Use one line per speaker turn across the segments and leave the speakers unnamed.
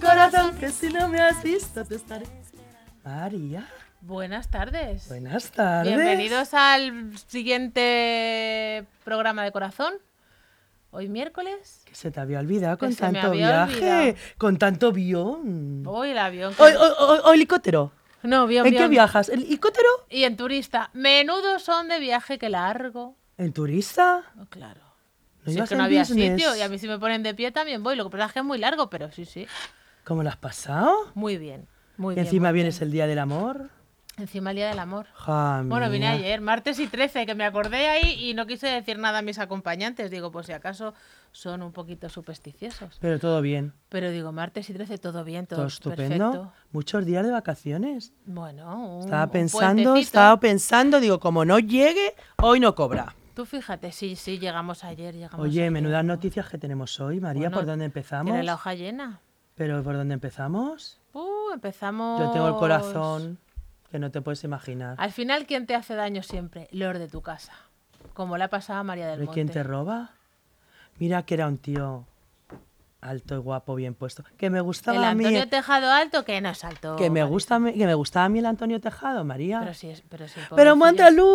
Perdón, que si no me has visto te estaré. María,
Buenas tardes.
buenas tardes.
Bienvenidos al siguiente programa de corazón. Hoy miércoles.
Que se te había olvidado con
Que se me
tanto
había
viaje,
olvidado.
con tanto avión.
Hoy el avión.
O, o- o- o helicóptero.
No, bien,
¿En qué
bien.
viajas? ¿En helicóptero?
Y en turista. Menudo son de viaje que largo.
¿En turista?
Oh, claro.
¿No
Si es
ibas
que
en
no había
business?
sitio. Y a mí si me ponen de pie también voy. Lo que pasa es que es muy largo, pero sí, sí.
¿Cómo lo has pasado?
Muy bien. Muy
y
bien.
encima
muy
vienes el día del amor.
bien. Encima el día del amor.
Ja,
Bueno, vine
mía.
ayer, martes y 13, que me acordé ahí y no quise decir nada a mis acompañantes. Digo, pues si acaso son un poquito supersticiosos.
Pero todo bien,
Pero digo, martes y 13, todo bien, todo,
todo estupendo.
perfecto.
Muchos días de vacaciones.
Bueno, un,
Estaba
un
pensando,
puentecito.
estaba pensando, digo, como no llegue, hoy no cobra.
Tú fíjate, sí, sí, llegamos ayer, llegamos
Oye,
ayer,
menudas
¿no?
noticias que tenemos hoy, María,
Bueno,
¿por dónde empezamos?
Tiene la hoja llena.
Pero ¿por dónde empezamos?
Uh, empezamos...
Yo tengo el corazón que no te puedes imaginar.
Al final, ¿quién te hace daño siempre? Los de tu casa. Como la pasaba María del
¿Pero
Monte.
quién te roba? Mira que era un tío alto y guapo, bien puesto. Que me gustaba
El
a mí.
Antonio Tejado Alto que no saltó.
Que me,
María.
gusta, a mí- que me gustaba a mí el Antonio Tejado, María.
Pero sí, es- pero sí,
Pero muy
pobrecillo.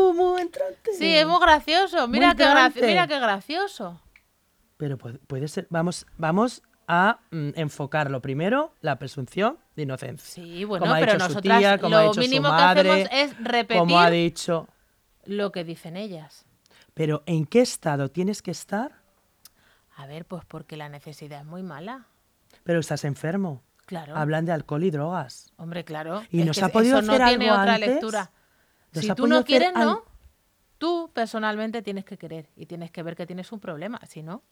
entralú, muy entrante.
Sí, es muy gracioso. Mira, qué, gra-
entrante.
mira qué gracioso.
Pero puede, puede ser. Vamos, vamos a mm, enfocarlo primero, la presunción de inocencia.
Sí, bueno,
como ha
pero
dicho su
nosotras
tía, como ha
lo
dicho su
mínimo
madre,
que hacemos es
Como ha
repetir
dicho.
lo que dicen ellas.
Pero ¿en qué estado tienes que estar?
A ver, pues porque la necesidad es muy mala.
Pero estás enfermo.
Claro.
Hablan de alcohol y drogas.
Hombre, claro.
¿Y
Es
nos
que
ha podido
eso no
hacer algo
tiene otra
antes?
lectura.
¿Nos
si
ha
tú
podido
no
hacer
quieres,
al-
no. Tú personalmente tienes que querer y tienes que ver que tienes un problema. Si no,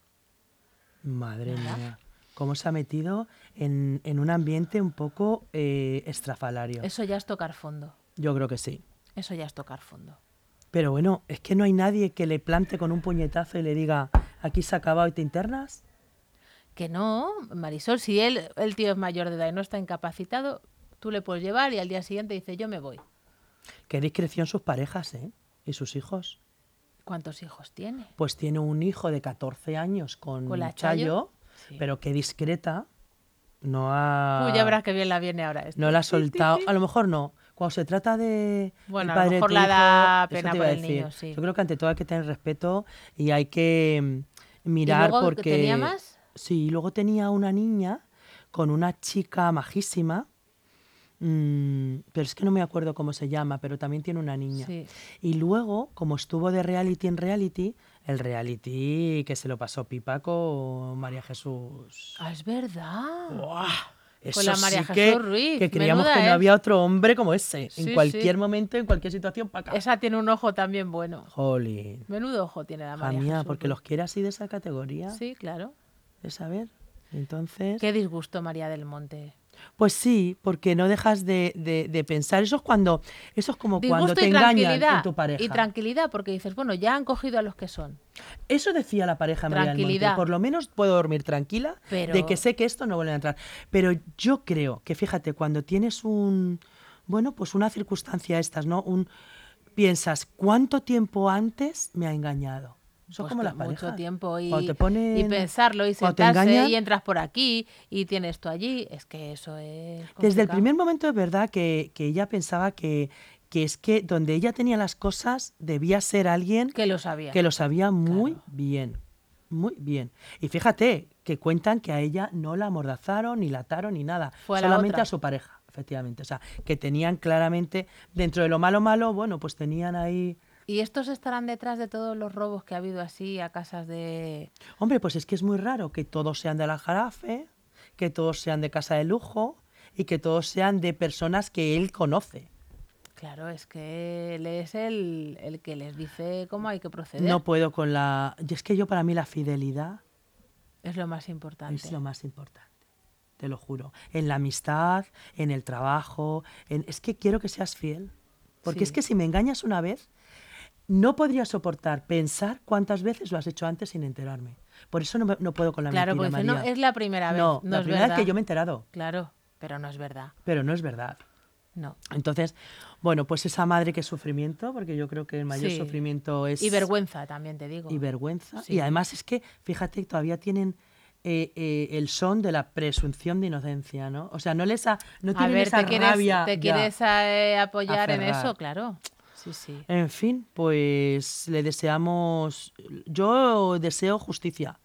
Madre
Nada.
mía. Cómo se ha metido en, en un ambiente un poco eh, estrafalario.
eso ya es tocar fondo.
Yo creo que sí.
Eso ya es tocar fondo.
Pero bueno, es que no hay nadie que le plante con un puñetazo y le diga, aquí se ha acabado y te internas.
Que no, Marisol, si él, el tío es mayor de edad y no está incapacitado, tú le puedes llevar y al día siguiente dice, yo me voy.
Qué discreción sus parejas, ¿eh? Y sus hijos.
¿Cuántos hijos tiene?
Pues tiene un hijo de 14 años con,
¿Con la
Chayo,
Chayo? Sí.
pero qué discreta. No ha...
Uy, ya verás que bien la viene ahora esto.
No la ha soltado. A lo mejor no. Cuando se trata de. el
Bueno, a lo
padre de
mejor
tu
la
hijo,
da
eso
pena
te iba
por
a
el
decir.
niño, sí.
Yo creo que ante todo hay que tener respeto y hay que mm, mirar
luego que
porque.
tenía más?
Sí, luego tenía una niña con una chica majísima. mm, pero es que no me acuerdo cómo se llama, pero también tiene una niña.
Sí.
Y luego, como estuvo de reality en reality, el reality que se lo pasó Pipa con María Jesús.
Ah, es verdad.
¡Buah! Eso
Con la María
sí que,
Jesús Ruiz,
que creíamos
menuda
que no
es.
había otro hombre como ese.
Sí,
en
sí.
cualquier momento, en cualquier situación, para acá.
Esa tiene un ojo también bueno.
Jolín.
Menudo ojo tiene la
hija
María.
mía,
Jesús,
porque
¿no?
los quiere así de esa categoría.
Sí, claro.
De saber. Entonces.
Qué disgusto María del Monte.
Pues sí, porque no dejas de, de- de pensar. Eso es cuando. Eso es como cuando
Disgusto
te
y
engañan
tranquilidad.
en tu pareja.
Y tranquilidad, porque dices, bueno, ya han cogido a los que son.
Eso decía la pareja María del Monte,
Tranquilidad.
Por lo menos puedo dormir tranquila de
Pero-
que sé que esto no vuelve a entrar. Pero yo creo que, fíjate, cuando tienes un. Bueno, pues una circunstancia de estas, ¿no? Un, piensas, ¿cuánto tiempo antes me ha engañado? Eso es
Pues
como
que
las parejas.
Mucho tiempo y,
Cuando te ponen-
y pensarlo y
cuando te
sentarse
engañan,
y entras por aquí y tienes tú allí. Es que eso es.
Desde el
complicado.
primer momento es verdad que, que ella pensaba que, que es que donde ella tenía las cosas debía ser alguien
Que lo sabía.
Que lo sabía muy bien, muy bien. Y fíjate que cuentan que a ella no la amordazaron, ni la ataron, ni nada.
Fue a la
solamente
otra.
a su pareja, efectivamente. O sea, que tenían claramente, dentro de lo malo malo, bueno, pues tenían ahí...
¿Y estos estarán detrás de todos los robos que ha habido así a casas de.
Hombre, pues es que es muy raro que todos sean de la jarafe, que todos sean de casa de lujo y que todos sean de personas que él conoce.
Claro, es que él es el, el que les dice cómo hay que proceder.
No puedo con la... Y es que yo para mí la fidelidad
es lo más importante.
Es lo más importante, te lo juro. En la amistad, en el trabajo, en... es que quiero que seas fiel. Porque es
Sí.
que si me engañas una vez, no podría soportar pensar cuántas veces lo has hecho antes sin enterarme. Por eso no, me- no puedo con la
claro, porque
mentira,
dice, no,
María.
es la primera vez.
No,
No,
la
es
primera vez
verdad.
que yo me he enterado,
Claro, pero no es verdad.
pero no es verdad.
No.
Entonces, bueno, pues esa madre que sufrimiento, porque yo creo que el mayor
Sí.
sufrimiento es
Y vergüenza, también te digo.
y vergüenza.
Sí.
Y además es que, fíjate, todavía tienen eh, eh, el son de la presunción de inocencia, ¿no? O sea, no les ha, no
A
tienen
ver,
esa
te
rabia.
quieres, te
ya.
quieres eh, apoyar en
Aferrar.
eso, claro. Sí, sí.
En fin, pues le deseamos. Yo deseo justicia.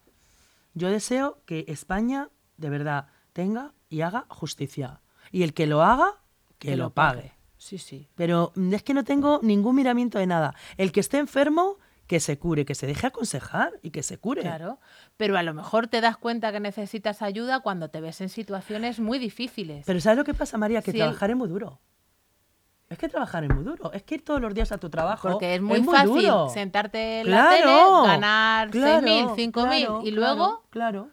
Yo deseo que España de verdad tenga y haga justicia. Y el que lo haga, que, lo, pague.
Sí, sí.
Pero mm, es que no tengo ningún miramiento de nada. El que esté enfermo, que se cure, que se deje aconsejar y que se cure.
Claro, pero a lo mejor te das cuenta que necesitas ayuda cuando te ves en situaciones muy difíciles.
Pero ¿sabes lo que pasa, María? Que
Sí, el-
trabajar es muy duro. Es que trabajar es muy duro. Es que ir todos los días a tu trabajo.
porque es muy fácil
duro.
sentarte en la
Claro,
tele, ganar
claro,
6.000, 5.000
claro,
y luego,
Claro, claro,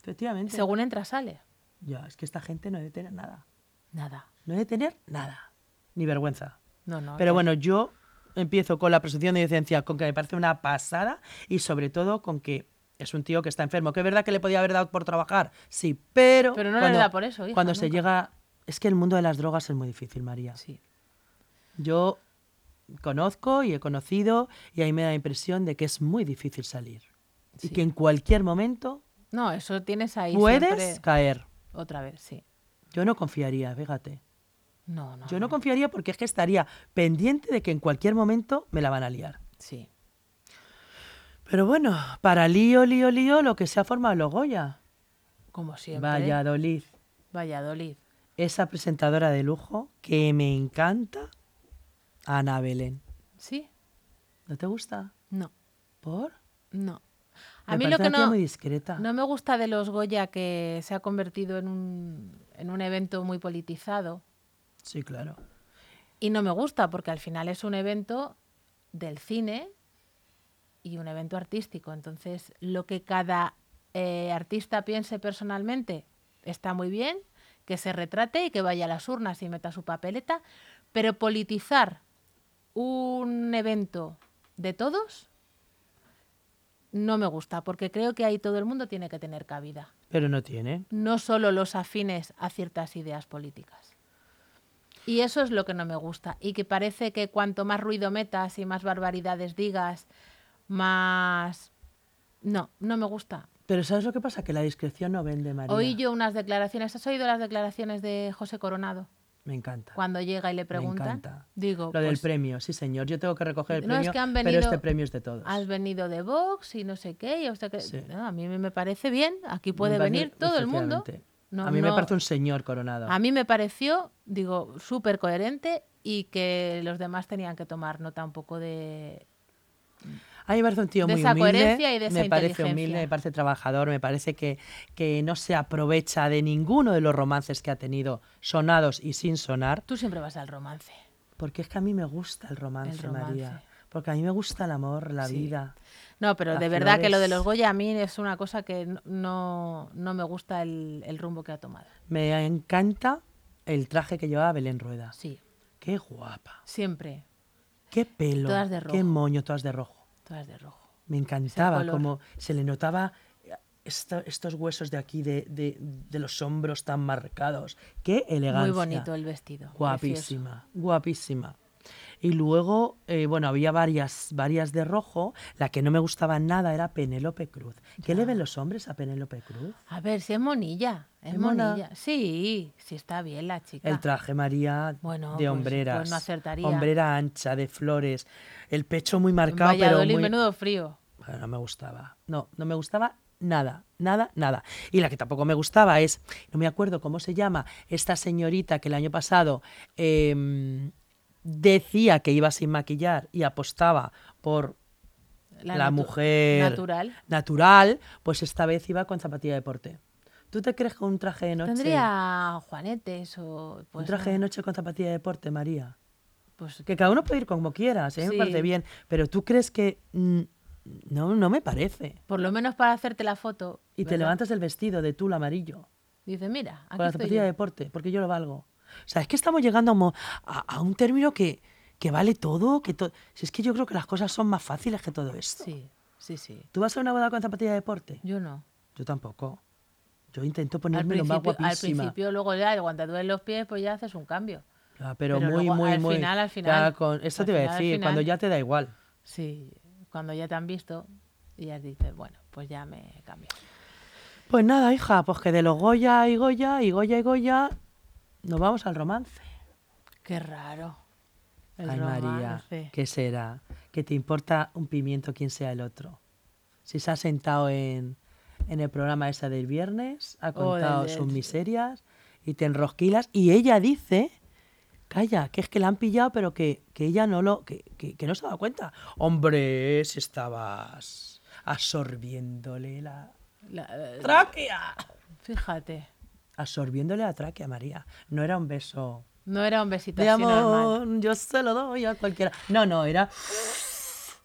efectivamente.
según entras, sales.
Ya, es que esta gente no debe tener nada.
Nada.
No debe tener nada. Ni vergüenza.
No, no.
Pero
no.
bueno, yo empiezo con la presunción de inocencia, con que me parece una pasada y sobre todo con que es un tío que está enfermo. Que es verdad que le podía haber dado por trabajar, sí, pero.
Pero no le da por eso, hija,
Cuando se
nunca.
llega. Es que el mundo de las drogas es muy difícil, María.
Sí.
Yo conozco y he conocido y ahí me da la impresión de que es muy difícil salir. Y
Sí.
que en cualquier momento
No, eso tienes ahí
puedes
siempre-
caer.
Otra vez, sí.
Yo no confiaría, fíjate.
No, no.
Yo no confiaría porque es que estaría pendiente de que en cualquier momento me la van a liar.
Sí.
Pero bueno, para lío, lío, lío, lo que se ha formado los Goya.
Como siempre.
Valladolid,
Valladolid.
esa presentadora de lujo que me encanta, Ana Belén.
Sí.
¿No te gusta?
No.
¿Por?
No. A
Me
mí lo
parece
que
una tía
no.
muy discreta.
No me gusta de los Goya que se ha convertido en un, en un evento muy politizado.
Sí, claro.
Y no me gusta porque al final es un evento del cine y un evento artístico. Entonces, lo que cada eh, artista piense personalmente está muy bien, que se retrate y que vaya a las urnas y meta su papeleta, pero politizar un evento de todos no me gusta porque creo que ahí todo el mundo tiene que tener cabida
Pero no tiene.
no solo los afines a ciertas ideas políticas. Y eso es lo que no me gusta. Y que parece que cuanto más ruido metas y más barbaridades digas, más... No, no me gusta.
Pero ¿sabes lo que pasa? Que la discreción no vende, María.
Oí yo unas declaraciones. ¿Has oído las declaraciones de José Coronado?
Me encanta.
Cuando llega y le
Me
preguntan.
encanta.
Digo,
Lo del
pues,
premio, sí señor. Yo tengo que recoger el
No, es
premio,
que han
pero
venido-
este premio es de todos.
has venido de Vox y no sé qué. y o sea que-
Sí.
No, a mí me parece bien. Aquí puede
Me parece-
venir todo el mundo.
efectivamente.
No,
a mí me
no-
parece un señor coronado.
A mí me pareció, digo, súper coherente y que los demás tenían que tomar nota un poco de...
A mí me parece un tío
de
muy
esa
humilde,
coherencia y de esa
me parece
inteligencia.
humilde, me parece trabajador, me parece que, que no se aprovecha de ninguno de los romances que ha tenido, sonados y sin sonar,
Tú siempre vas al romance.
porque es que a mí me gusta el romance,
El romance.
María, porque a mí me gusta el amor, la
Sí.
vida.
No, pero
Las
de verdad que lo de
flores.
los Goya a mí es una cosa que no- no, no me gusta el, el rumbo que ha tomado.
Me encanta el traje que llevaba Belén Rueda.
Sí,
Qué guapa,
siempre.
qué pelo,
Todas de
qué
rojo.
moño, todas de rojo.
Todas de rojo.
Me encantaba
color.
como se le notaba esto- estos huesos de aquí, de, de- de los hombros tan marcados. Qué elegancia.
Muy bonito el vestido. precioso.
Guapísima, guapísima. Y luego, eh, bueno, había varias, varias de rojo. La que no me gustaba nada era Penélope Cruz. ¿Qué le ven los hombres a Penélope Cruz?
A ver, si es monilla. Es
Es mona.
monilla. Sí, sí está bien la chica.
El traje, María,
Ah. Bueno, pues-
de
pues
hombreras.
no acertaría.
Hombrera ancha, de flores. El pecho muy
En
marcado, pero
Valladolid,
muy...
menudo frío.
Bueno, no me gustaba. No, no me gustaba nada, nada, nada. Y la que tampoco me gustaba es, no me acuerdo cómo se llama, esta señorita que el año pasado em, decía que iba sin maquillar y apostaba por la,
natu-
mujer
Natural.
natural, pues esta vez iba con zapatilla de deporte. ¿Tú te crees que un traje de noche...
Tendría juanetes o...
Un
pues,
traje
no,
de noche con zapatilla de deporte, María.
pues
Que cada uno puede ir como quiera, si a mí
Sí.
me parece bien, pero tú crees que... mm, no, no me parece.
Por lo menos para hacerte la foto.
Y te
¿verdad?
levantas el vestido de tul amarillo
Dice, mira, aquí
con la
estoy
zapatilla
yo".
de deporte, porque yo lo valgo. O sea, es que estamos llegando a, mo- a- a un término que, que vale todo, que to- si es que yo creo que las cosas son más fáciles que todo esto.
Sí, sí, sí.
¿Tú vas a una boda con zapatilla de deporte?
Yo no.
Yo tampoco. Yo intento
Al
ponerme lo más
principio, al
guapísima.
principio, luego ya, cuando te duelen los pies, pues ya haces un cambio.
Ah, pero,
pero
muy,
luego,
muy,
al
muy.
final, al
Ya
final,
con- esto
al
te iba
final,
a
al
decir, cuando
final.
ya te da igual.
Sí, cuando ya te han visto y ya dices, bueno, pues ya me cambio.
Pues nada, hija, pues que de los Goya y Goya y Goya y Goya nos vamos al romance.
Qué raro. El
Ay, María,
romance.
¿qué será? ¿Qué te importa un pimiento quién sea el otro? Si se ha sentado en, en el programa ese del viernes, ha
O del-
contado sus
del-
miserias y te enrosquilas. Y ella dice, calla, que es que la han pillado, pero que, que ella no lo, que, que- que no se ha dado cuenta. Hombre, si estabas absorbiéndole la
La- eh,
tráquea.
fíjate,
Absorbiéndole la tráquea, María. No era un beso.
no era un besito
De
así normal.
amor, yo se lo doy a cualquiera. No, no, era...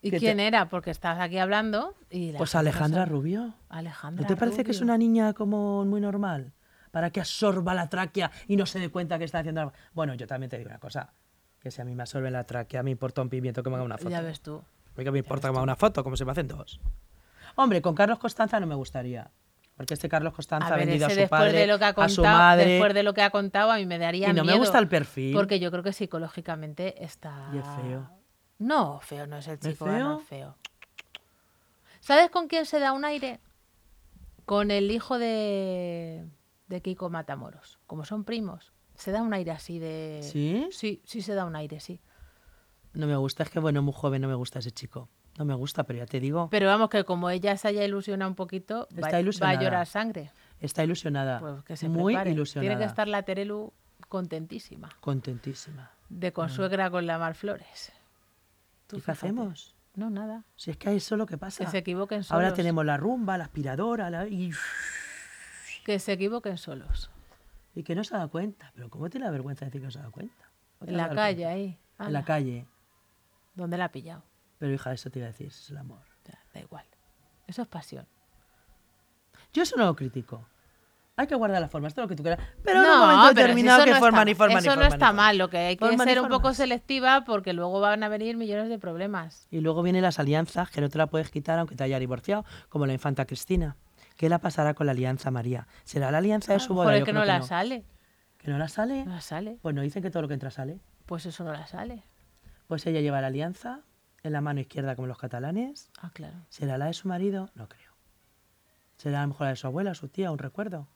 ¿Y
que te-
quién era? Porque estás aquí hablando y la
Pues
gente no
Alejandra
sabe.
Rubio.
Alejandra
¿No te parece que es
Rubio.
una niña como muy normal? Para que absorba la tráquea y no se dé cuenta que está haciendo algo. Bueno, yo también te digo una cosa. Que si a mí me absorbe la tráquea, me importa un pimiento que me haga una foto.
Ya ves tú.
Porque me importa que me haga una foto, como se me hacen dos. Hombre, con Carlos Constanza no me gustaría. Porque este Carlos Constanza
A
ha
ver,
vendido a
ese
su
después
padre,
de lo que ha
a su
contado,
madre.
después de lo que ha contado, a mí me daría
Y no me
miedo,
gusta el perfil.
Porque yo creo que psicológicamente está...
Y es feo.
No, feo no es el
¿No es
chico, ah,
feo?
no es feo. ¿Sabes con quién se da un aire? Con el hijo de, de Kiko Matamoros. Como son primos, se da un aire así de...
¿Sí?
Sí, sí se da un aire, sí.
No me gusta, es que bueno, muy joven, no me gusta ese chico. No me gusta, pero ya te digo,
Pero vamos, que como ella se haya ilusionado un poquito, va-
Está
va a
ilusionada.
llorar sangre.
está ilusionada.
Pues que se
muy
prepare.
ilusionada.
Tiene que estar la Terelu contentísima.
Contentísima. Mm.
De consuegra con la Mar Flores. Tú
¿Y qué
fíjate.
hacemos?
No, nada.
Si es que eso es lo que pasa.
Que se equivoquen solos.
Ah, Ahora tenemos la rumba, la aspiradora, la- y,
Que se equivoquen solos.
y que no se da cuenta. Pero ¿cómo tiene la vergüenza de decir que no se da cuenta? ¿Cómo te
En la
vas a dar
calle
cuenta?
ahí.
En la
Ala,
calle.
¿Dónde la ha pillado?
Pero hija, eso te iba a decir, es el amor.
Ya, Da igual. Eso es pasión.
Yo eso no lo critico. Hay que guardar la forma, esto es lo que tú quieras. Pero en
No,
un momento
pero si
determinado
eso
que
no
forma
está-
ni forma ni
Eso
forma,
no
ni
está
forma.
mal, lo que hay que
Forma ni
ser un poco
formas.
selectiva porque luego van a venir millones de problemas.
Y luego vienen las alianzas que no te la puedes quitar aunque te haya divorciado, como la infanta Cristina. ¿Qué la pasará con la alianza María? ¿Será la alianza de
A
su
lo
boda?
Ah, mejor es
Yo
que
creo
no la
que, no.
sale.
¿Que no la sale?
No la sale.
Pues no dicen que todo lo que entra sale.
Pues eso no la sale.
Pues ella lleva la alianza en la mano izquierda como los catalanes.
Ah, claro.
¿Será la de su marido? No creo. Será a lo mejor la de su abuela, su tía, un recuerdo.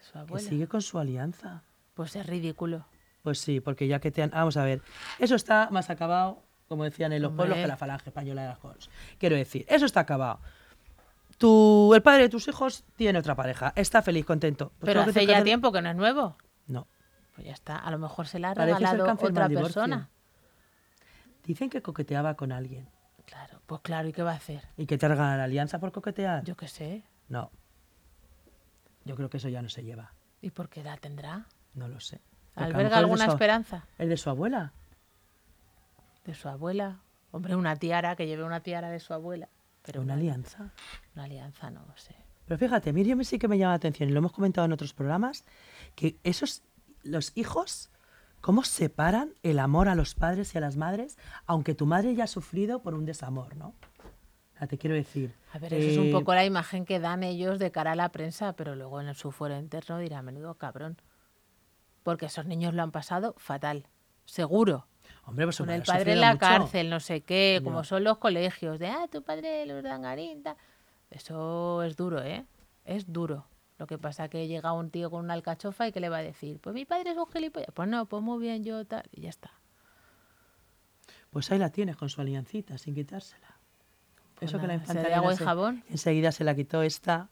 Su
Que
abuela.
sigue con su alianza.
Pues es ridículo.
Pues sí, porque ya que te han... Vamos a ver, eso está más acabado, como decían en los pueblos,
Hombre.
que la falange española de las cosas. Quiero decir, eso está acabado. Tu, el padre de tus hijos tiene otra pareja, está feliz, contento. Pues
Pero
creo que te
hace ya
casas-
tiempo que no es nuevo.
No,
Pues ya está. A lo mejor se la ha
parece ser
regalado
que han firmado
otra
el divorcio.
persona.
Dicen que coqueteaba con alguien
Claro, pues claro, ¿y qué va a hacer?
y que te regalan la alianza por coquetear.
Yo qué sé.
No. Yo creo que eso ya no se lleva.
¿Y por qué edad tendrá?
No lo sé. Porque a lo
¿Alberga
mejor es de
alguna
su-
esperanza?
El de su abuela.
¿De su abuela? Hombre, una tiara, que lleve una tiara de su abuela. Pero
Pero una alianza.
una alianza no lo sé.
Pero fíjate, a mí yo me- sí que me llama la atención, y lo hemos comentado en otros programas, que esos, los hijos, cómo separan el amor a los padres y a las madres, aunque tu madre ya ha sufrido por un desamor, ¿no? O sea, te quiero decir.
A ver, eso es un
eh,
poco la imagen que dan ellos de cara a la prensa, pero luego en su fuero interno dirá, menudo cabrón. Porque esos niños lo han pasado fatal, seguro.
Hombre, pues su
Con el
madre ha
padre en
sufrido
la
mucho.
cárcel, no sé qué, como
Ya.
son los colegios, de, ah, tu padre los dangarín, tal". Eso es duro, ¿eh? Es duro. Lo que pasa que llega un tío con una alcachofa y que le va a decir, pues mi padre es un gilipollas. Pues no, pues muy bien, yo tal, y ya está.
Pues ahí la tienes con su aliancita, sin quitársela.
Pues
Eso que la
nada, se
infanta
de
Elena
agua y
se-
jabón.
enseguida se la quitó esta.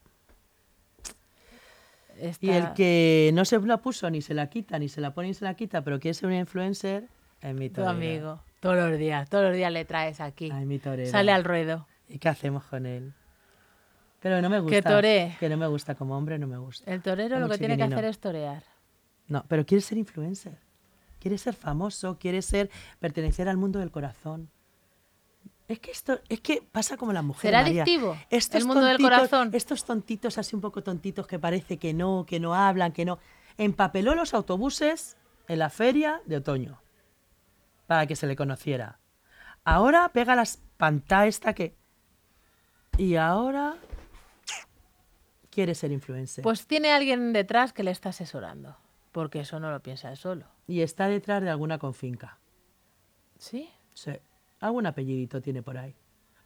Y
Está-
el que no se la puso, ni se la quita, ni se la pone, ni se la quita, pero quiere ser un influencer, es mi
tu
torero.
amigo. Todos los días, todos los días le traes aquí.
Ay, mi torero.
Sale al ruedo.
¿Y qué hacemos con él? Pero no me gusta.
Que toree.
Que no me gusta, como hombre no me gusta.
El torero
Es
lo
muy
que tiene que
chiquinino.
hacer es torear.
No, pero quiere ser influencer. Quiere ser famoso, quiere ser, pertenecer al mundo del corazón. Es que esto, es que pasa como las mujeres.
¿Será
María.
adictivo el mundo del
tontitos-
corazón?
Estos tontitos así un poco tontitos que parece que no, que no hablan, que no. Empapeló los autobuses en la feria de otoño para que se le conociera. Ahora pega la espanta esta que. Y ahora quiere ser influencer.
Pues tiene alguien detrás que le está asesorando, porque eso no lo piensa él solo.
Y está detrás de alguna confinca.
¿Sí?
Sí. Algún apellidito tiene por ahí.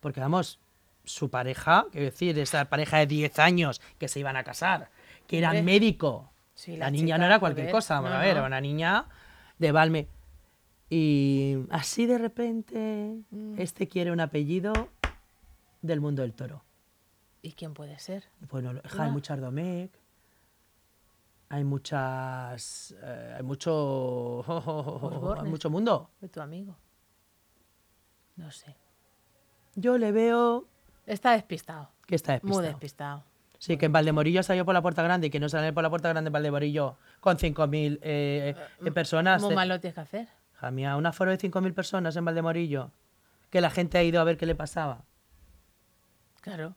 Porque vamos, su pareja, quiero decir, esa pareja de 10 años que se iban a casar, que era
Hombre.
médico.
Sí,
la,
la
niña
chica,
no era cualquier
joder,
cosa, vamos
no,
a ver,
no.
era una niña de Balme. Y así de repente,
Mm.
este quiere un apellido del mundo del toro.
¿Y quién puede ser?
Bueno, lo- ja, hay
Una-
muchas Domecq, hay muchas. eh, hay mucho. hay
Osborne.
mucho mundo.
De tu amigo. No sé.
Yo le veo
Está despistado.
que está
Muy
despistado.
despistado.
Sí, que en Valdemorillo salió por la puerta grande y que no sale por la puerta grande en Valdemorillo con 5.000 eh, eh, personas.
Mm, Muy
eh.
mal lo tienes que hacer.
Hija mía, un aforo de 5.000 personas en Valdemorillo que la gente ha ido a ver qué le pasaba.
Claro.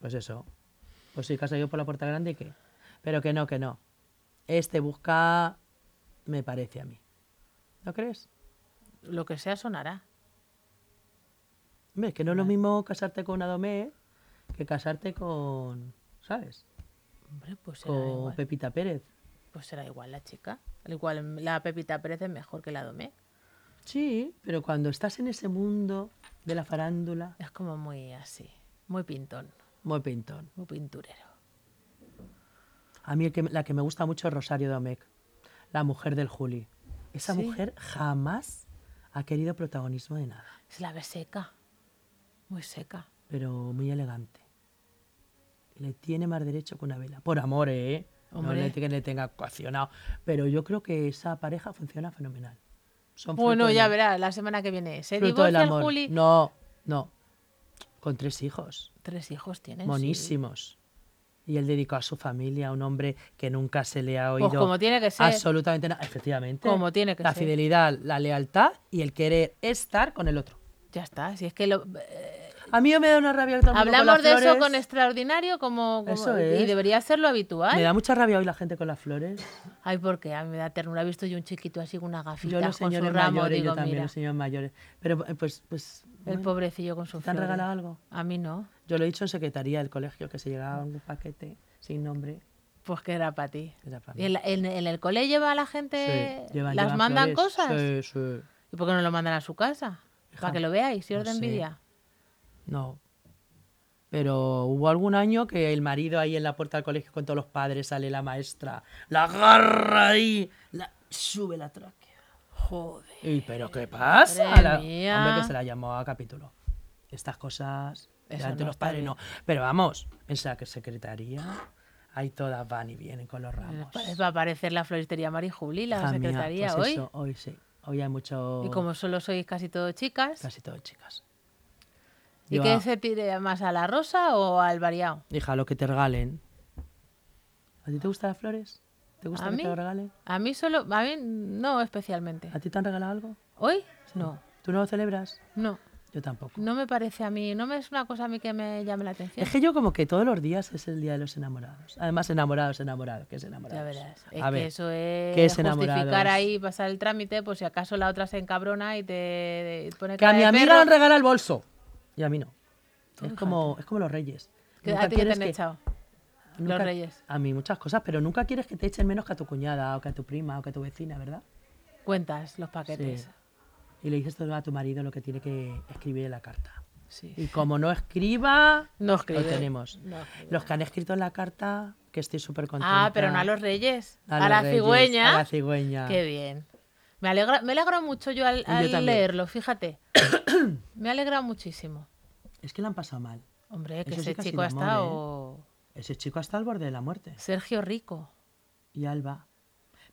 Pues eso. Pues sí, que ha salido por la puerta grande y qué. Pero que no, que no. Este busca. Me parece a mí. ¿No crees?
Lo que sea sonará.
Hombre, es que no es lo mismo casarte con una Domé que casarte con. ¿Sabes?
Hombre, pues será
Con
igual.
Pepita Pérez.
Pues será igual la chica. Al igual la Pepita Pérez es mejor que la Domé.
Sí, pero cuando estás en ese mundo de la farándula,
Es como muy así. Muy pintón.
muy pintón.
Muy pinturero.
A mí el que- la que me gusta mucho es Rosario Domecq, la mujer del Juli. Esa
Sí.
mujer jamás ha querido protagonismo de nada,
Se la ve seca. Muy seca.
pero muy elegante. Le tiene más derecho que una vela. Por amor, ¿eh? No
Hombre.
le, que le tenga coaccionado. Pero yo creo que esa pareja funciona fenomenal. Son fruto
Bueno,
del
ya
am-
verás, la semana que viene. ¿Se
fruto del
divorcia el
amor.
Juli?
No, no. Con tres hijos.
Tres hijos tienen. Eh, sí.
monísimos. Y él dedicó a su familia a un hombre que nunca se le ha oído.
Pues como tiene que ser.
Absolutamente nada. Efectivamente.
Como tiene que
la
ser.
fidelidad, la lealtad y el querer estar con el otro.
Ya está. Si es que lo, eh,
A mí me da una rabia que todo el mundo con las
Hablamos de eso
flores.
con extraordinario como, como-
Eso
y
es.
debería ser lo
Me
habitual.
da mucha rabia hoy la gente con las flores.
Ay, porque a mí me da ternura. He visto yo un chiquito así con una gafita
Yo los
con su
señores
ramo,
mayores,
digo,
yo también
mira,
los señores mayores. Pero eh, pues, pues
el
bueno,
pobrecillo con su
¿te han
flores.
regalado algo?
A mí no,
Yo lo he dicho en secretaría del colegio que se llegaba un paquete sin nombre.
pues que era para ti.
Era para
¿Y
mí.
en, la- en- en el cole lleva a la gente,
Sí, llevan-
eh, las
llevan
mandan
flores.
cosas?
Sí, sí.
¿Y por qué no lo mandan a su casa?
Hija, pues
Para que lo veáis, si os
no
da
sé.
envidia.
No. Pero hubo algún año que el marido ahí en la puerta del colegio con todos los padres sale la maestra, la agarra ahí, la- sube la tráquea.
Joder.
¿Y pero qué pasa?
Madre
La-
mía.
Hombre, que se la llamó a capítulo. Estas cosas,
Eso
delante de
no
los
está
padres
bien.
no. Pero vamos, en esa que secretaría, ahí todas van y vienen con los ramos.
Va a aparecer la floristería Marijuli, la
Hija mía,
secretaría
pues
hoy.
eso, hoy sí. Hoy hay mucho...
Y como solo sois casi todos chicas,
Casi todo chicas.
¿y
Yo
qué
a-
se tire más a la rosa o al variado?
Hija, lo que te regalen. ¿A ti te gustan las flores? ¿Te gusta
¿A
que
mí?
te lo regalen?
A mí solo, a mí no especialmente.
¿A ti te han regalado algo?
¿Hoy? No,
¿Tú no lo celebras?
no,
Yo tampoco.
no me parece a mí, no me es una cosa a mí que me llame la atención.
Es que yo como que todos los días es el día de los enamorados. Además, enamorados, enamorados, que es enamorados.
Ya verás, es
A
que
ver,
eso es,
¿qué es enamorados?
justificar ahí, pasar el trámite, pues si acaso la otra se encabrona y te pone
que a
cara
mi
de
amiga
perro.
le han regalado el bolso. Y a mí no. Es
Fíjate.
como, es como los reyes.
¿Qué-
Nunca
¿A ti qué te
quieres
han
que-
echado?
nunca-
Los reyes.
A mí muchas cosas, pero nunca quieres que te echen menos que a tu cuñada o que a tu prima o que a tu vecina, ¿verdad?
Cuentas los paquetes.
Y le dices todo a tu marido lo que tiene que escribir en la carta.
Sí.
Y como no escriba,
No escribe.
lo tenemos.
No escribe.
Los que han escrito en la carta, que estoy súper contenta.
Ah, pero no a los reyes,
A
a,
los
la
reyes,
cigüeña.
a la cigüeña.
Qué bien. Me alegra, me alegra mucho yo al,
yo
al
también.
leerlo, fíjate. me alegra muchísimo.
Es que le han pasado mal.
Hombre, que
Eso sí
ese
que ha
chico ha
sido amor,
estado.
Ese chico está al borde de la muerte.
Sergio Rico.
Y Alba.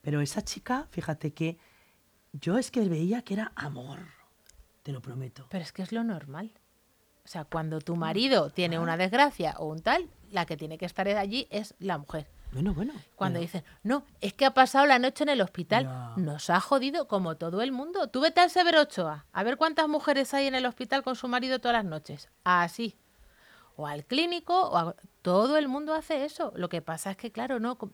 Pero esa chica, fíjate que yo es que veía que era amor. Te lo prometo.
Pero es que es lo normal. O sea, cuando
Ah,
tu marido tiene una desgracia o un tal, la que tiene que estar allí es la mujer.
Bueno, bueno.
Cuando
pero-
dicen, no, es que ha pasado la noche en el hospital,
Ya.
nos ha jodido como todo el mundo. Tú vete al Severo Ochoa, a ver cuántas mujeres hay en el hospital con su marido todas las noches. Así. O al clínico, o a- todo el mundo hace eso. Lo que pasa es que, claro, no. com-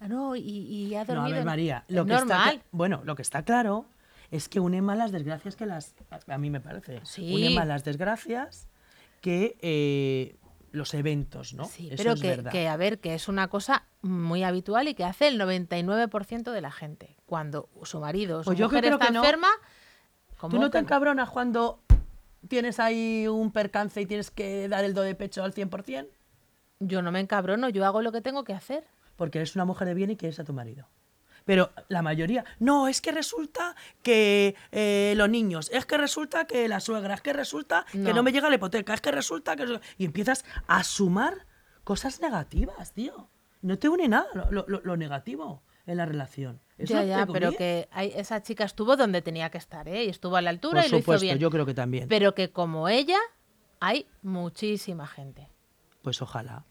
No, y, y ha
No,
dormido.
a ver,
en-
María.
es
Lo que está
normal.
cla- bueno, lo que está claro es que unen más las desgracias que las. A mí me parece.
Sí.
Unen más las desgracias que eh, los eventos, ¿no?
Sí,
Eso
pero
es
que,
verdad.
que, a ver, que es una cosa muy habitual y que hace el 99% de la gente. Cuando su marido o su
Pues yo
mujer
creo
está
que no.
enferma, ¿cómo
Tú no
que
te encabronas cuando tienes ahí un percance y tienes que dar el do de pecho al 100%?
Yo no me encabrono, yo hago lo que tengo que hacer.
Porque eres una mujer de bien y quieres a tu marido. Pero la mayoría, no, es que resulta que eh, los niños, es que resulta que la suegra, es que resulta que
No.
no me llega la hipoteca, es que resulta que... Y empiezas a sumar cosas negativas, tío. No te une nada lo, lo- lo- lo negativo en la relación. Eso
Ya,
te
ya, pero
conviene.
que hay- esa chica estuvo donde tenía que estar, ¿eh? Y estuvo a la altura
Por
y lo
supuesto,
hizo bien.
yo creo que también.
Pero que como ella, hay muchísima gente.
Pues ojalá,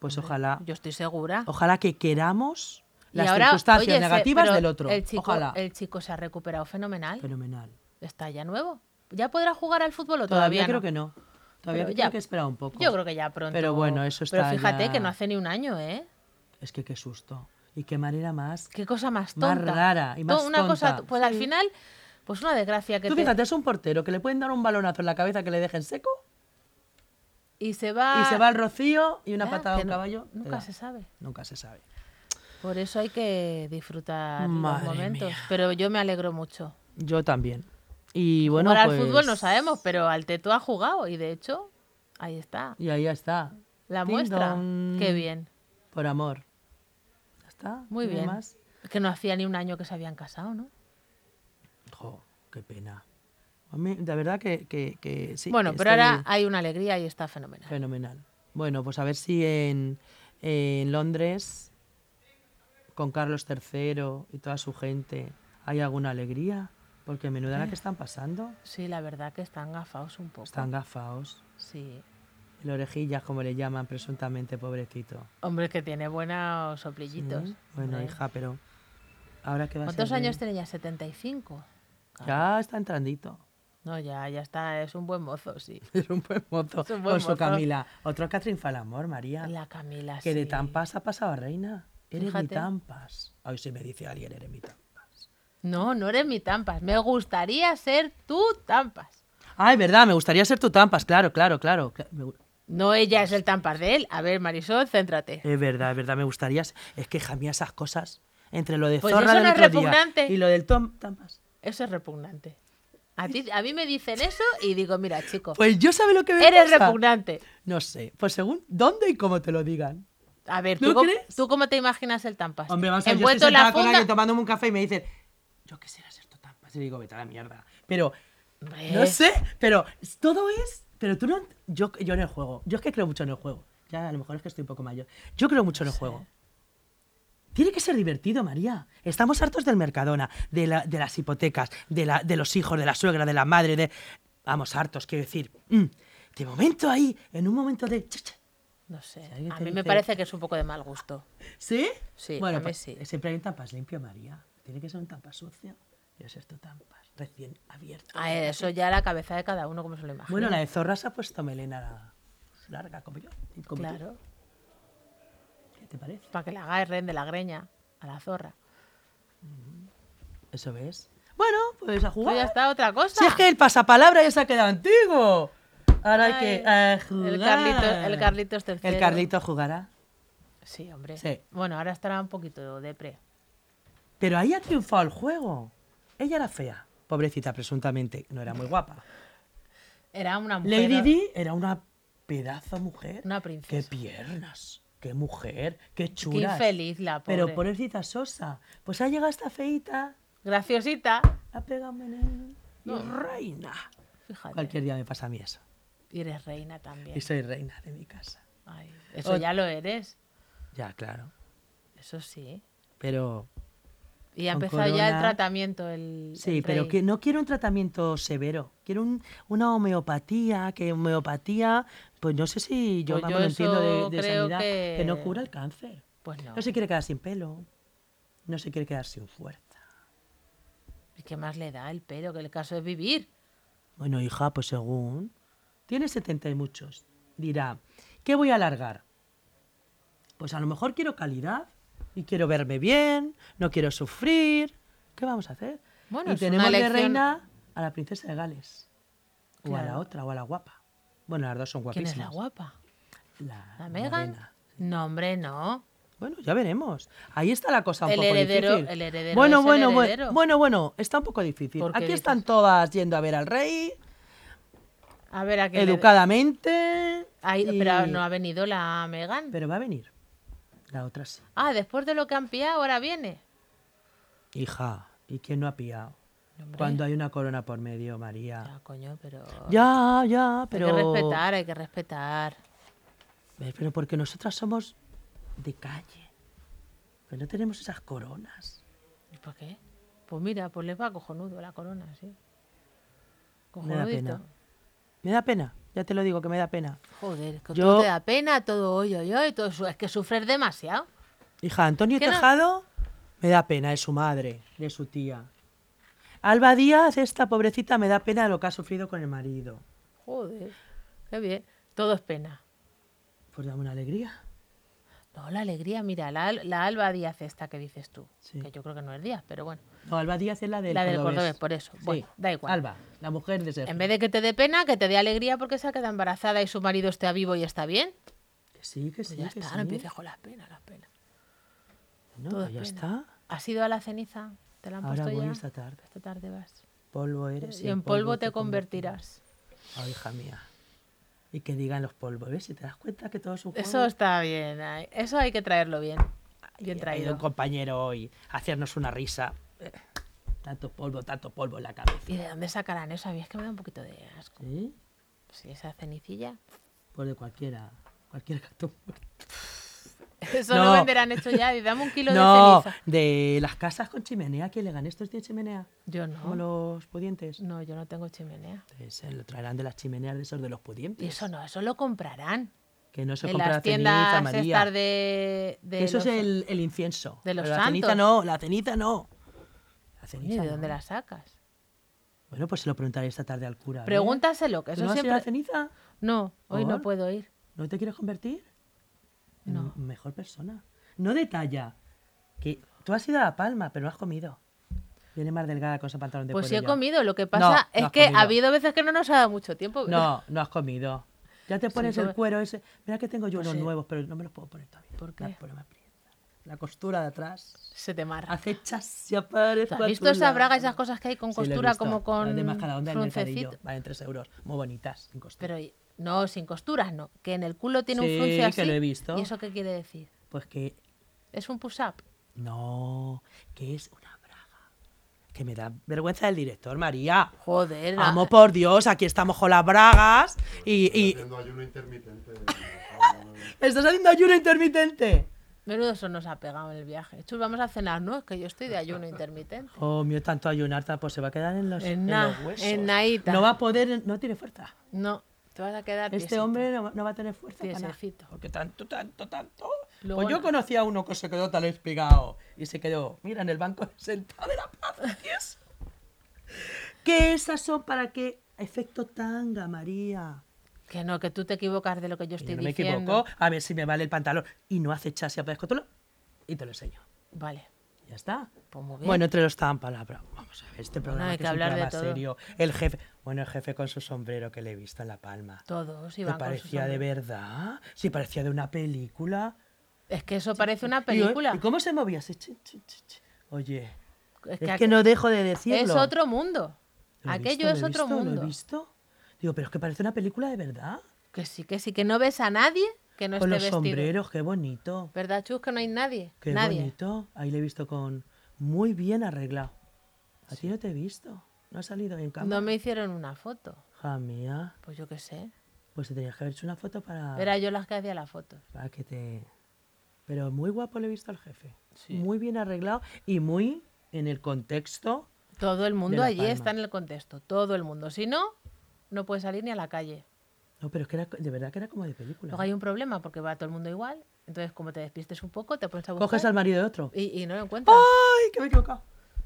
pues ojalá.
Yo estoy segura.
Ojalá que queramos
Y
las
ahora,
circunstancias
oye, se-
negativas
pero
del otro.
El chico,
Ojalá.
el chico se ha recuperado fenomenal.
Fenomenal.
Está ya nuevo. ¿Ya podrá jugar al fútbol o
Todavía,
todavía,
creo
no?
que no. Todavía
Pero
creo
ya-
que esperar un poco.
Yo creo que ya pronto.
Pero bueno, eso está
Pero fíjate
ya-
que no hace ni un año, ¿eh?
Es que qué susto. Y qué manera más.
Qué cosa más
Más
tonta.
rara y más
To- una cosa,
tonta.
pues al final, pues una desgracia que
Tú
te-
fíjate, es un portero que le pueden dar un balonazo en la cabeza que le dejen seco
y se va
y se va al rocío y una
Ya,
patada a
Ah. que
un
no-
caballo. te
Nunca
da.
se sabe.
Nunca se sabe.
Por eso hay que disfrutar
Madre
los momentos.
mía.
Pero yo me alegro mucho.
Yo también. Y bueno,
Jugar
pues-
al fútbol no sabemos, pero al Teto ha jugado y de hecho, ahí está.
Y ahí ya está.
La
Ding
muestra.
dong.
Qué bien.
Por amor. Ya está.
Muy
no hay
bien.
más.
Que no hacía ni un año que se habían casado, ¿no?
Jo, qué pena. A mí, de verdad que, que- que sí.
bueno,
que
pero
estoy
ahora hay una alegría y está fenomenal.
Fenomenal. Bueno, pues a ver si en, en Londres, con Carlos III y toda su gente, hay alguna alegría. Porque menuda la que están pasando.
Sí, la verdad que están gafados un poco.
Están gafaos.
Sí.
El orejillas, como le llaman presuntamente, pobrecito.
Hombre, que tiene buenos soplillitos.
Mm, Bueno,
hombre.
hija, pero ahora que va a
¿Cuántos
ser de-
años tiene ya? ¿75?
Ya está entrandito.
No, ya, ya está, es un buen mozo, sí.
Es un buen mozo.
Es un buen
con su
mozo.
Camila. Otro Catherine Falamor, María.
La Camila,
Que de
sí.
Tampas ha pasado a Reina. Eres mi
Fíjate.
Tampas. Hoy sí me dice alguien, eres mi Tampas.
No, no eres mi Tampas. Me gustaría ser tú Tampas.
Ay, verdad, me gustaría ser tu Tampas, claro, claro, claro. cla- me gu-
No ella es el Tampas de él. A ver, Marisol, céntrate.
Es verdad, es verdad, me gustaría. ser- Es que jamía esas cosas. Entre lo de
Pues
Zorra
eso
del
no es
otro día
repugnante.
y lo del Tom Tampas.
Eso es repugnante. A, ti, a mí me dicen eso y digo, mira, chico,
Pues yo sabe lo que me
eres
pasa?
repugnante.
No sé, pues según dónde y cómo te lo digan.
A ver,
¿No
¿tú, cómo,
crees?
tú cómo te imaginas el Tampas?
Hombre, vamos a ver, yo estoy
Envuelto en la
sentada con
funda.
alguien tomándome un café y me dicen, yo quisiera ser tu Tampas. Y digo, vete a la mierda. Pero
Hombre,
No sé, pero todo es. Pero tú no. Yo, yo en el juego. Yo es que creo mucho en el juego. Ya a lo mejor es que estoy un poco mayor. Yo creo mucho en el juego. Tiene que ser divertido, María. Estamos hartos del Mercadona, de, la- de las hipotecas, de, la- de los hijos, de la suegra, de la madre, de. Vamos, hartos, quiero decir. mm, de momento ahí, en un momento de. ch, ch.
No sé.
Si alguien
A
te
mí me
dice-
parece que es un poco de mal gusto.
¿Sí?
Sí,
bueno,
a mí
pa- eh,
sí.
siempre hay un tampas limpio, María. Tiene que ser un tampas sucio. Yo sé esto tampas, recién abierto.
A ver, eso ya la cabeza de cada uno, como se lo imagina.
Bueno, la de zorra se ha puesto melena larga, como yo. y como tú.
Claro,
¿Qué te parece?
para que la agarren de la greña a la zorra.
Eso ves. Bueno, pues a
Pues ya
jugar.
está otra cosa.
Si es que el pasapalabra ya se ha quedado antiguo. Ahora hay que
Ay,
eh, jugar.
el Carlito- el Carlitos tercero.
El Carlito jugará.
Sí, hombre.
Sí.
Bueno, ahora estará un poquito depre.
Pero ahí ha triunfado el juego. Ella era fea. Pobrecita, presuntamente. No era muy guapa.
Era una mujer.
Lady Di era una pedazo mujer.
Una
Qué
princesa.
piernas. Qué mujer. Qué
Qué
chula.
infeliz la pobre.
Pero pobrecita Sosa. Pues ha llegado esta feita.
Graciosita.
Ha pegado un veneno. Y es reina.
Fíjate.
Cualquier día me pasa a mí eso.
Y eres reina también.
Y soy reina de mi casa.
Ay, eso
Ot-
ya lo eres.
Ya, claro.
Eso sí.
Pero
Y ha
Con
empezado ya
corona.
el tratamiento. El,
sí,
el
pero
rey.
que no quiero un tratamiento severo. Quiero un- una homeopatía, que homeopatía, pues no sé si yo,
Pues
vamos,
yo
no entiendo de-
eso
de,
creo
sanidad, que...
que-
no cura el cáncer.
Pues no.
No se quiere quedar sin pelo, no se quiere quedar sin fuerza.
¿Y qué más le da el pelo? Que el caso es vivir.
Bueno, hija, pues según. Tiene 70 y muchos. Dirá, ¿qué voy a alargar? Pues a lo mejor quiero calidad y quiero verme bien, no quiero sufrir. ¿Qué vamos a hacer?
Bueno,
y
es una
tenemos de
elección-
reina a la princesa de Gales. O a la
Claro.
otra, o a la guapa. Bueno, las dos son
¿Quién
guapísimas.
es la guapa?
La,
¿La
la
Megan?
reina.
No, hombre, no.
Bueno, ya veremos. Ahí está la cosa un
El
poco
heredero-
difícil.
el heredero
bueno,
es el
bueno, bue-
heredero.
bueno, bueno, está un poco difícil.
¿Por qué
Aquí están
dices?
todas yendo a ver al rey.
A ver, a qué le-
Educadamente.
Ay,
y-
Pero no ha venido la Megan.
Pero va a venir. La otra sí.
Ah, después de lo que han pillado, ahora viene.
Hija, ¿y quién no ha pillado?
Hombre,
Cuando hay una corona por medio, María.
ya, coño, pero...
Ya, ya, pero.
Hay que respetar, hay que respetar.
Eh, Pero porque nosotras somos de calle. Que no tenemos esas coronas.
¿Y por qué? Pues mira, pues les va cojonudo la corona, sí.
Me da
Cojonudito.
pena. Me da pena. Ya te lo digo, que me da pena.
Joder, que
Yo-
todo te da pena, todo hoy, hoy, hoy, todo su- es que sufres demasiado.
Hija, Antonio
¿Qué no?
Tejado me da pena, es su madre, de su tía. Alba Díaz, esta pobrecita, me da pena de lo que ha sufrido con el marido.
Joder, qué bien. Todo es pena.
Pues dame una alegría.
No, la alegría, mira, la, Al- la Alba Díaz esta que dices tú,
Sí.
que yo creo que no es Díaz, pero bueno,
No, Alba Díaz es la del
la del
cordobés.
cordobés, por eso.
Sí.
Bueno, da igual.
Alba, la mujer de Sergio.
En vez de que te dé pena, que te dé alegría porque se ha quedado embarazada y su marido está vivo y está bien.
Que sí, que sí,
Pues ya
que
está,
sí.
no empieces con las penas, las penas.
No,
todo
pues ya
es
está.
¿Has ido a la ceniza? ¿Te la han
Ahora
puesto
voy
ya?
esta tarde.
Esta tarde vas.
Polvo eres.
y en polvo, te convertirás.
Oh, hija mía. Y que digan los polvos, ¿ves? Si te das cuenta que todo es un juego.
Eso está bien, ay, eso hay que traerlo bien. Bien
Ha ido
traído.
un compañero hoy a hacernos una risa. Eh, Tanto polvo, tanto polvo en la cabeza.
¿Y de dónde sacarán eso? A mí es que me da un poquito de asco.
¿Sí?
Sí, esa cenicilla.
Pues de cualquiera. Cualquier gato muerto.
Eso
No.
lo venderán hecho ya. Y dame un kilo
No,
de ceniza.
de las casas con chimenea. ¿Quién le gana? ¿Estos tienen chimenea?
Yo
Como
no.
los pudientes.
No, yo no tengo chimenea.
Eh, Se lo traerán de las chimeneas de esos de los pudientes.
Y eso no, eso lo comprarán.
Que no se
en
compra
las
la ceniza,
tiendas
María.
estas de, de
Que eso
los-
es el, el incienso.
de los
Pero la ceniza
santos.
no, la ceniza no. La
Coño, ¿y
ceniza
¿De
no.
dónde la sacas?
Bueno, pues se lo preguntaré esta tarde al cura. a ver.
Pregúntaselo, que
¿Tú
eso
no has ido a la
siempre.
ceniza?
No, hoy no
¿Por?
puedo ir.
¿No te quieres convertir? en
No.
Mejor persona. No detalla. Que tú has ido a La Palma, pero no has comido. Viene más delgada con su pantalón de
Pues sí
cuero
he
ya.
comido, lo que
No,
pasa
no
es
has
que
comido.
ha habido veces que no nos ha dado mucho tiempo.
No, no has comido. Ya te pones el
come.
cuero ese. Mira que tengo yo
Pues
unos
sí.
nuevos, pero no me los puedo poner todavía.
¿Por
Me
qué?
pone más prieta. La costura de atrás.
Se te marra.
Acechas y aparezco.
¿Has
a
visto
tu
esas bragas,
lado.
esas cosas que hay con
Sí, lo he
costura
visto.
como con
Las de Majadahonda en el mercadillo.
fruncecito?
Valen 3 euros. Muy bonitas, sin costura.
Pero y- no, sin costuras, no. Que en el culo tiene
Sí,
un frunce
que
así.
lo he visto.
¿Y eso qué quiere decir?
Pues que
Es un push-up.
No, que es una braga. Que me da vergüenza del director, María.
Joder, la-
Amo por Dios, aquí estamos con las bragas y, y-
Haciendo ayuno intermitente.
estás haciendo ayuno intermitente.
menudo eso nos ha pegado en el viaje. Chus, vamos a cenar, ¿no? Es que yo estoy de ayuno intermitente.
Oh, mío, tanto ayunar, ta- pues se va a quedar en los,
En
en
na-
los huesos.
en naíta.
No va a poder, no tiene fuerza.
No, te vas a quedar
Este
tiesito.
hombre no, va- no va a tener fuerza. para nada.
Tiesecito.
Porque tanto, tanto, tanto.
Luego
pues yo
no.
conocí a uno que se quedó tan espigado y se quedó, mira, en el banco sentado de la plaza. tieso. ¿Qué esas son para qué? Efecto tanga, María.
Que no, que tú te equivocas de lo que yo
Yo
estoy
no me
diciendo.
equivoco, a ver si me vale el pantalón. Y no hace chasis, aparezco tú lo- y te lo enseño.
Vale,
Ya está.
pues muy bien.
Bueno, entre los tan palabra. Vamos a ver, este programa
hay
que
que
es un
hablar de
programa
todo.
serio. El jefe, bueno, el jefe con su sombrero que le he visto en La Palma.
Todos
¿Te
iban con sus
parecía de
hombres.
verdad? Sí, parecía de una película.
Es que eso parece una
Y yo,
película.
¿Y cómo se movía? Así, chin, chin, chin, chin. Oye,
Es
es
que
que,
aqu-
no dejo de decirlo.
es otro mundo.
Lo he
Aquello
visto,
es
lo he
otro
visto,
mundo.
¿Lo he visto? Digo, pero es que parece una película de verdad.
Que sí, que sí, que no ves a nadie que no
con
esté
los
este vestido.
sombreros, qué bonito.
¿Verdad, Chus? Que no hay nadie.
Qué
nadie.
bonito. Ahí le he visto con muy bien arreglado. A ti no te he visto. No ha salido en cámara.
No me hicieron una foto.
Hija mía.
Pues yo qué sé.
Pues te tenías que haber hecho una foto para,
Era yo las que hacía las fotos.
para que te. Pero muy guapo le he visto al jefe. Muy bien arreglado y muy en el contexto.
Todo el mundo
La
allí
Palma.
está en el contexto. Todo el mundo. Si no, no puede salir ni a la calle.
No, pero es que era, de verdad que era como de película.
Luego hay un problema porque va todo el mundo igual. Entonces, como te despistes un poco, te pones a buscar
Coges al marido de otro.
y, y no lo encuentras.
¡Ay! Que me he equivocado.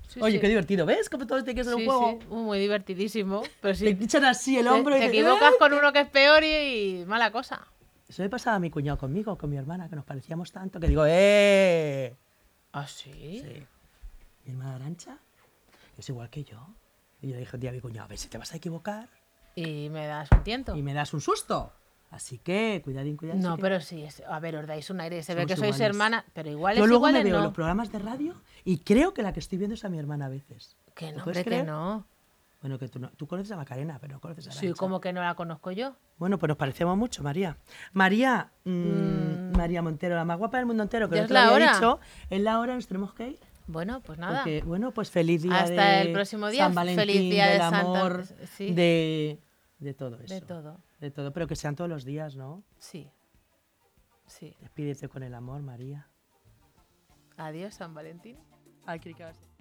Sí,
Oye,
sí.
qué divertido. ¿Ves? Como todo tiene que ser
Sí,
un juego.
sí. Muy divertidísimo. Pero sí,
Te echan así el
Te-
hombro
te,
y dices,
equivocas
"Ay".
con uno que es peor y, y mala cosa.
Eso le pasaba a mi cuñado conmigo, con mi hermana, que nos parecíamos tanto que digo, ¡eh!
¿Ah, sí?
Sí. Mi hermana Arancha es igual que yo. Y yo le dije un día a mi cuñado, a ver si te vas a equivocar
Y me das un tiento.
y me das un susto. Así que, cuidadín, cuidadín.
No,
así que-
pero sí. es- A ver, os dais un aire. Se ve
Somos
que sois
iguales.
hermanas, pero iguales,
Yo luego me
iguales
veo
no.
los programas de radio y creo que la que estoy viendo es a mi hermana a veces.
Que
¿Lo
no,
puedes
hombre, que
creer?
no.
Bueno, que tú, no, tú conoces a Macarena, pero no conoces a Arancha.
Sí, como que no la conozco yo.
Bueno, pues nos parecemos mucho, María. María, mm, María Montero, la más guapa del mundo entero, que
Ya
no
es
te
la
lo había
hora.
dicho. Es la hora, nos tenemos que ir.
Bueno, pues nada.
Porque, bueno, pues feliz día
Hasta
de
el próximo día.
San Valentín,
Feliz día de
del
Santa-
amor,
sí.
de, de todo eso.
De todo.
De todo, pero que sean todos los días, ¿no?
Sí. Sí.
Despídete con el amor, María.
Adiós, San Valentín.
Ay, creí que iba a ser-